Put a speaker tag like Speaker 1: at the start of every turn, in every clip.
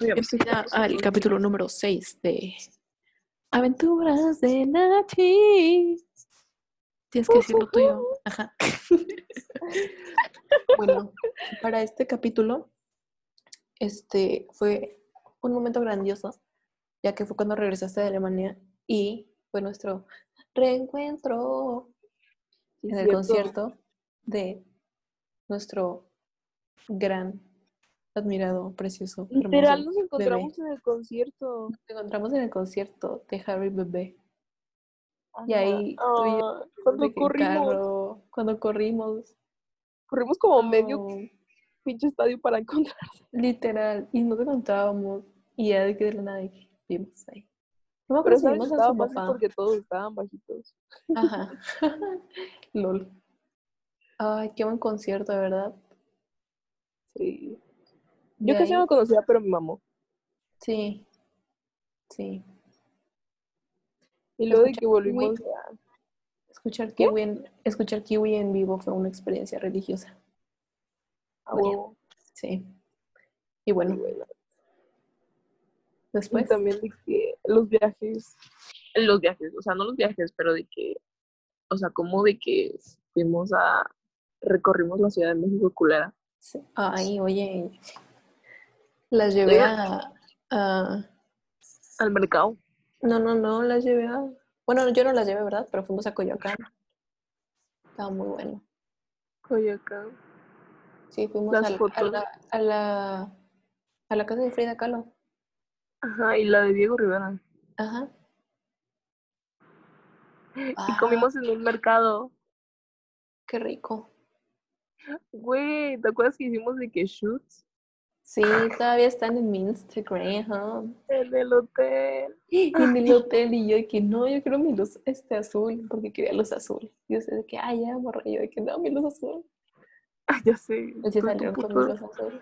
Speaker 1: Bienvenida al capítulo número 6 de Aventuras de Nachi. Tienes que decir lo tuyo. Ajá. bueno, para este capítulo, este fue un momento grandioso, ya que fue cuando regresaste de Alemania y fue nuestro reencuentro
Speaker 2: Sí,
Speaker 1: en el
Speaker 2: cierto.
Speaker 1: concierto de nuestro gran, admirado, precioso, hermoso
Speaker 2: Literal, nos
Speaker 1: bebé.
Speaker 2: encontramos en el concierto.
Speaker 1: Nos encontramos en el concierto de Harry Bebé. Y ahí
Speaker 2: Ajá.
Speaker 1: tú y
Speaker 2: Ah, cuando
Speaker 1: de que en
Speaker 2: corrimos,
Speaker 1: carro, cuando corrimos. Oh,
Speaker 2: corrimos como medio
Speaker 1: no, Ah,
Speaker 2: pinche estadio para encontrar.
Speaker 1: Literal. Y nos encontrábamos. Y ya de que de la nada de que vimos ahí. No me
Speaker 2: Pero
Speaker 1: acuerdo si
Speaker 2: sabes,
Speaker 1: vimos a
Speaker 2: estaba
Speaker 1: su
Speaker 2: fácil
Speaker 1: papá.
Speaker 2: porque todos estaban bajitos.
Speaker 1: Ajá. LOL. Ay, qué buen concierto, de verdad.
Speaker 2: Sí.
Speaker 1: De
Speaker 2: Yo casi
Speaker 1: ahí-
Speaker 2: no conocía, pero mi mamá.
Speaker 1: Sí. Sí.
Speaker 2: Y luego de
Speaker 1: Escucha,
Speaker 2: que volvimos
Speaker 1: güey.
Speaker 2: a-
Speaker 1: Escuchar Kiwi, en, escuchar Kiwi en vivo fue una experiencia religiosa.
Speaker 2: a
Speaker 1: Vaya.
Speaker 2: huevo.
Speaker 1: Sí. Y
Speaker 2: Y
Speaker 1: bueno,
Speaker 2: ah, oh, bueno,
Speaker 1: después.
Speaker 2: y también de que los viajes. Los viajes, o sea, no los viajes, pero de que. O sea, como de que fuimos a. Recorrimos la Ciudad de México culera.
Speaker 1: Sí. Ay, oye. Las llevé a,
Speaker 2: ah,
Speaker 1: a-
Speaker 2: Al mercado.
Speaker 1: No, no, no, las llevé a... Bueno, yo no las llevé, ¿verdad? Pero fuimos a Coyoacán. Estaba muy bueno.
Speaker 2: Coyoacán.
Speaker 1: Sí, fuimos
Speaker 2: Las
Speaker 1: al- a,
Speaker 2: fotos.
Speaker 1: la, a, la, a la casa de Frida Kahlo.
Speaker 2: Ajá, y la de Diego Rivera.
Speaker 1: Ajá.
Speaker 2: Y comimos en un mercado.
Speaker 1: Ah, Qué rico.
Speaker 2: Güey, ¿te acuerdas que hicimos de que shoots?
Speaker 1: Sí, todavía están en mi Instagram.
Speaker 2: En el hotel.
Speaker 1: Y en el hotel y yo de que no, yo quiero mi luz este azul, porque quería luz azul. Y yo sé de que, ay, ya, morra. Y yo de que no, mi luz azul.
Speaker 2: Ay, ya sé.
Speaker 1: Y
Speaker 2: tú
Speaker 1: se
Speaker 2: en tu
Speaker 1: salieron con mi
Speaker 2: puto-
Speaker 1: luz azul.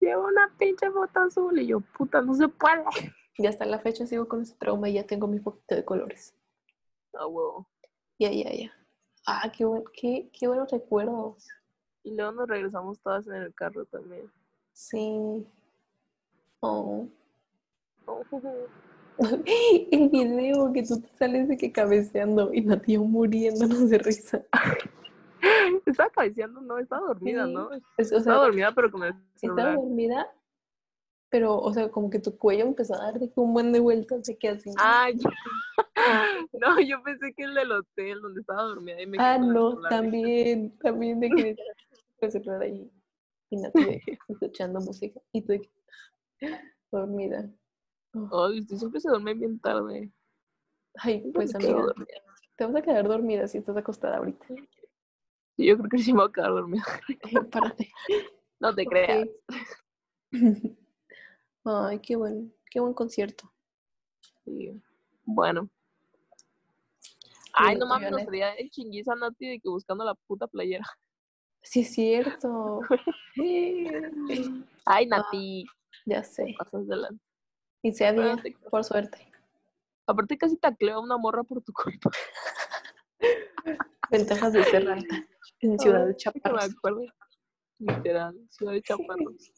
Speaker 2: Lleva una pinche bota azul. Y yo, puta, no se puede.
Speaker 1: Y hasta la fecha sigo con ese trauma y ya tengo mi foquito de colores.
Speaker 2: Ah, huevo.
Speaker 1: Ya, ya, ya. Ah, qué, buen, qué, qué buenos recuerdos.
Speaker 2: Y luego nos regresamos todas en el carro también.
Speaker 1: Sí. Oh.
Speaker 2: Oh,
Speaker 1: El video que tú te sales de que cabeceando y la tía muriéndonos de risa.
Speaker 2: Estaba cabeceando, no, estaba dormida,
Speaker 1: Sí,
Speaker 2: ¿no?
Speaker 1: Es- o sea,
Speaker 2: Estaba dormida, pero con el
Speaker 1: estaba
Speaker 2: celular.
Speaker 1: dormida, pero, o sea, como que tu cuello empezó a dar de que un buen de vueltas de que así.
Speaker 2: Ay, no, yo pensé que el del hotel donde estaba dormida. Y me
Speaker 1: Ah,
Speaker 2: quedé con el
Speaker 1: no,
Speaker 2: celular.
Speaker 1: también, también de que el celular ahí y Nati de que escuchando música y tú de que dormida.
Speaker 2: Ay, usted siempre se duerme bien tarde.
Speaker 1: Ay,
Speaker 2: Siempre
Speaker 1: pues
Speaker 2: me quedo
Speaker 1: amiga,
Speaker 2: dormida.
Speaker 1: te vas a quedar dormida si estás acostada ahorita.
Speaker 2: Sí, Yo creo que sí me voy a quedar dormida.
Speaker 1: Párate.
Speaker 2: No te
Speaker 1: Ok.
Speaker 2: creas.
Speaker 1: Ay, qué buen, qué buen concierto.
Speaker 2: Sí. Bueno. Ay, no
Speaker 1: Bueno, tú,
Speaker 2: mames, nos
Speaker 1: Violet.
Speaker 2: traía el chinguiz a Nati de que buscando la puta playera.
Speaker 1: Sí, es cierto. Sí.
Speaker 2: Ay,
Speaker 1: Ah.
Speaker 2: Nati,
Speaker 1: ya sé.
Speaker 2: pasas de la...
Speaker 1: Y sea
Speaker 2: Bueno,
Speaker 1: bien,
Speaker 2: te creo.
Speaker 1: por suerte.
Speaker 2: Aparte casi tacleo a una morra por tu culpa.
Speaker 1: Ventajas de ser alta en Ciudad de
Speaker 2: Ay, que me
Speaker 1: Chaparros.
Speaker 2: acuerdo. Literal, Ciudad de Chaparros.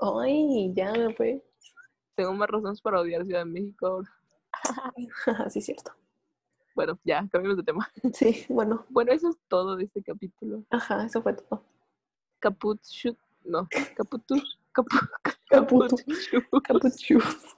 Speaker 1: Ay, ya me fue.
Speaker 2: Tengo más razones para odiar Ciudad de México ahora.
Speaker 1: Sí, es cierto.
Speaker 2: Bueno, ya, cambiamos de tema.
Speaker 1: Sí, bueno.
Speaker 2: Bueno, eso es todo de este capítulo.
Speaker 1: Ajá, eso fue todo.
Speaker 2: Caput, shoot, no, caputus, capu,
Speaker 1: Caputo.
Speaker 2: caputus.
Speaker 1: Capuchus.